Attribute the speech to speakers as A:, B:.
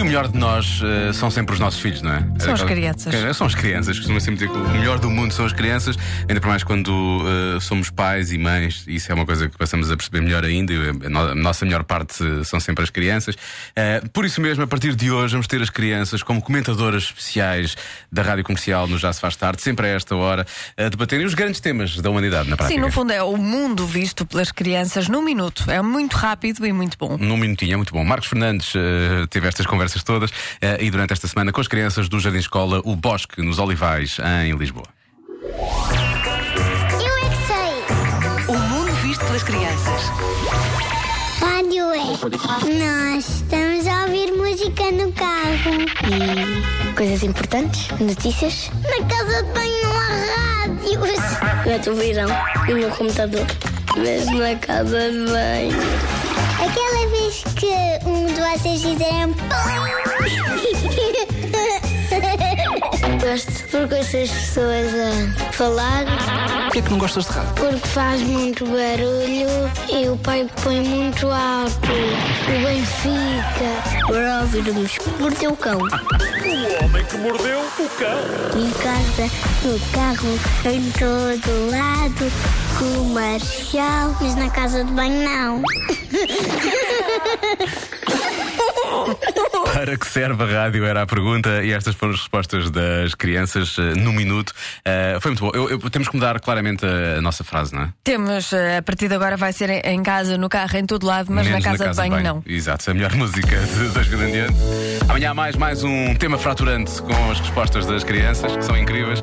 A: o melhor de nós eh, são sempre os nossos filhos, não é?
B: São as
A: Aquela-
B: crianças.
A: Que- São as crianças, costumam sempre dizer que o melhor do mundo são as crianças, ainda por mais quando eh, somos pais e mães, isso é uma coisa que passamos a perceber melhor ainda, e a no- a nossa melhor parte eh, são sempre as crianças. Eh, por isso mesmo, a partir de hoje, vamos ter as crianças como comentadoras especiais da Rádio Comercial no Já Se Faz Tarde, sempre a esta hora, a debaterem os grandes temas da humanidade na prática.
B: Sim, no fundo é o mundo visto pelas crianças num minuto. É muito rápido e muito bom.
A: Num minutinho, é muito bom. Marcos Fernandes eh, teve estas conversas todas eh, e durante esta semana com as crianças do Jardim Escola O Bosque, nos Olivais, em Lisboa.
C: Eu é que sei.
D: O mundo visto pelas crianças.
C: Rádio é. Nós estamos a ouvir música no carro. E coisas importantes, notícias. Na casa de banho não há rádios.
E: na televisão e no computador, mas na casa de banho.
C: Aquela vez que um de vocês disseram pão. Gosto porque ouço as pessoas
E: eh,
C: a falar. Porquê é que não gostas de rádio? Porque faz muito barulho e o pai põe muito alto. O Benfica. Por ouvirmos morder o cão. Em casa, no carro, em todo lado, comercial. Mas na casa de banho não.
A: Para que serve a rádio? Era a pergunta e estas foram as respostas das crianças eh, no minuto. Eh, foi muito bom. Eu- eu- temos que mudar claramente a, a nossa frase, não é?
B: Temos, eh, a partir de agora vai ser em- em casa, no carro, em todo lado, mas
A: Menos
B: na casa, de banho não.
A: Exato, a melhor música de 2000 em um diante. Amanhã há mais, mais um tema fraturante com as respostas das crianças, que são incríveis.